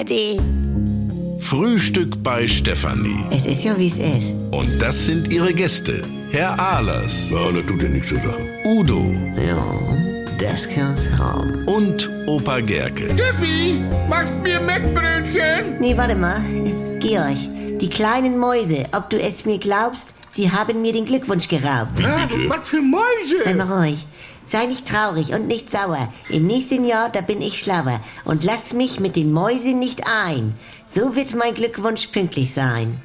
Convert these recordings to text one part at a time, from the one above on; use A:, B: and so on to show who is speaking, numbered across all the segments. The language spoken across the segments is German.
A: Eddie.
B: Frühstück bei Stefanie.
A: Es ist ja, wie es ist.
B: Und das sind ihre Gäste. Herr Ahlers,
C: Ja, das tut dir nichts zu sagen.
B: Udo
A: Ja, das kann's haben.
B: und Opa Gerke.
D: Tiffy, machst mir Mettbrötchen?
A: Nee, warte mal. Georg, die kleinen Mäuse, ob du es mir glaubst, sie haben mir den Glückwunsch geraubt.
D: Ah, was für Mäuse!
A: Sei mal ruhig. Sei nicht traurig und nicht sauer. Im nächsten Jahr, da bin ich schlauer. Und lass mich mit den Mäusen nicht ein. So wird mein Glückwunsch pünktlich sein.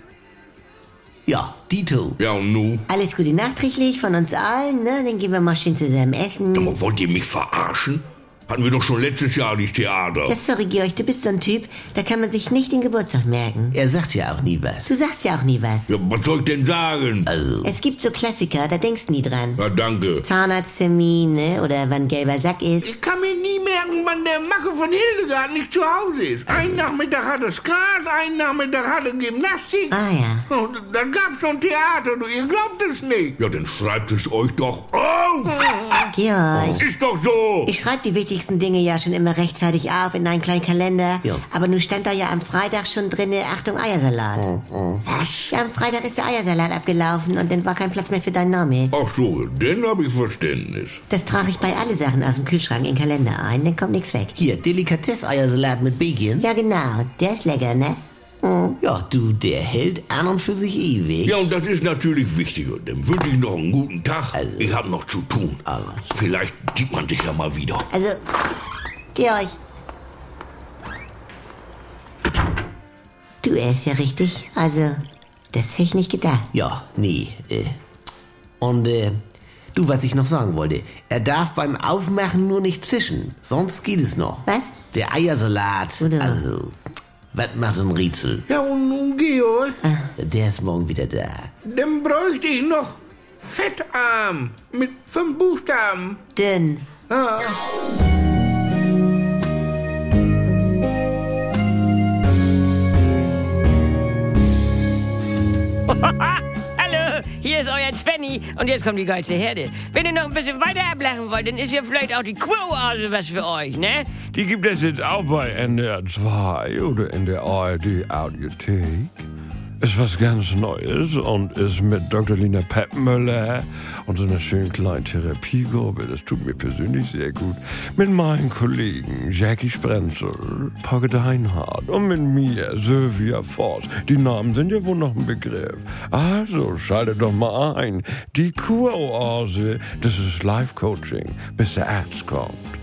E: Ja, Dito.
C: Ja, und nu?
A: Alles Gute nachträglich von uns allen, ne? Dann gehen wir mal schön zusammen essen.
C: Aber wollt ihr mich verarschen? Hatten wir doch schon letztes Jahr dieses
E: Oh.
C: Theater.
A: Ja, sorry, Georg, du bist so ein Typ, da kann man sich nicht den Geburtstag merken.
E: Er sagt ja auch nie was.
A: Du sagst ja auch nie was.
C: Ja, was soll ich denn sagen?
E: Also,
A: Es gibt so Klassiker, da denkst nie dran.
C: Ja, danke.
A: Zahnarzttermine oder wann gelber Sack ist.
D: Ich kann mir nie merken, wann der Macke von Hildegard nicht zu Hause ist. Einen Nachmittag hat er Skat, einen Nachmittag hat er Gymnastik.
A: Ah ja.
D: Und dann gab's noch ein Theater, du, ihr glaubt es nicht.
C: Ja, dann schreibt es euch doch auf!
E: Oh.
A: Georg.
C: Ist doch so!
A: Ich schreibe die wichtigsten Dinge ja schon immer rechtzeitig auf in einen kleinen Kalender.
E: Ja.
A: Aber nun stand da ja am Freitag schon drinne, Achtung, Eiersalat.
E: Oh,
C: Was?
A: Ja, am Freitag ist der Eiersalat abgelaufen und dann war kein Platz mehr für deinen Namen.
C: Ach so, dann habe ich Verständnis.
A: Das trage ich bei alle Sachen aus dem Kühlschrank in den Kalender ein, dann kommt nichts weg.
E: hier, Delikatesseiersalat mit Begien.
A: Ja genau, der ist lecker, ne?
E: Ja, du, der hält an und für sich ewig.
C: Ja, und das ist natürlich wichtiger. Dann wünsche ich noch einen guten Tag.
E: Also.
C: Ich habe noch zu tun.
E: Aber-
C: Vielleicht sieht man sich ja mal wieder.
A: Also, Georg. Du, er ist ja richtig. Also, das hätte ich nicht gedacht.
E: Ja, nee. Äh. Und äh, du, was ich noch sagen wollte, er darf beim Aufmachen nur nicht zischen, sonst geht es noch.
A: Was?
E: Der Eiersalat.
A: Oder-
E: Also, was macht ein Rätsel?
D: Ja, und nun, Georg,
A: Ah.
E: Der ist morgen wieder da.
D: dann bräuchte ich noch Fettarm mit fünf Buchstaben.
A: Dünn.
D: Ah.
F: Hallo, hier ist euer Svenny und jetzt kommt die geilste Herde. Wenn ihr noch ein bisschen weiter ablachen wollt, dann ist ja vielleicht auch die Quo-Ase was für euch, ne?
G: Die gibt es jetzt auch bei NDR 2 oder in der ARD Audiothek. Ist was ganz Neues und ist mit Dr. Lina Peppmüller und so einer schönen kleinen Therapiegruppe, das tut mir persönlich sehr gut, mit meinen Kollegen Jackie Sprenzel, Pogge Deinhardt und mit mir, Sylvia Voss. Die Namen sind ja wohl noch ein Begriff. Also schaltet doch mal ein. Die Kuroase, das ist Life-Coaching, bis der Arzt kommt.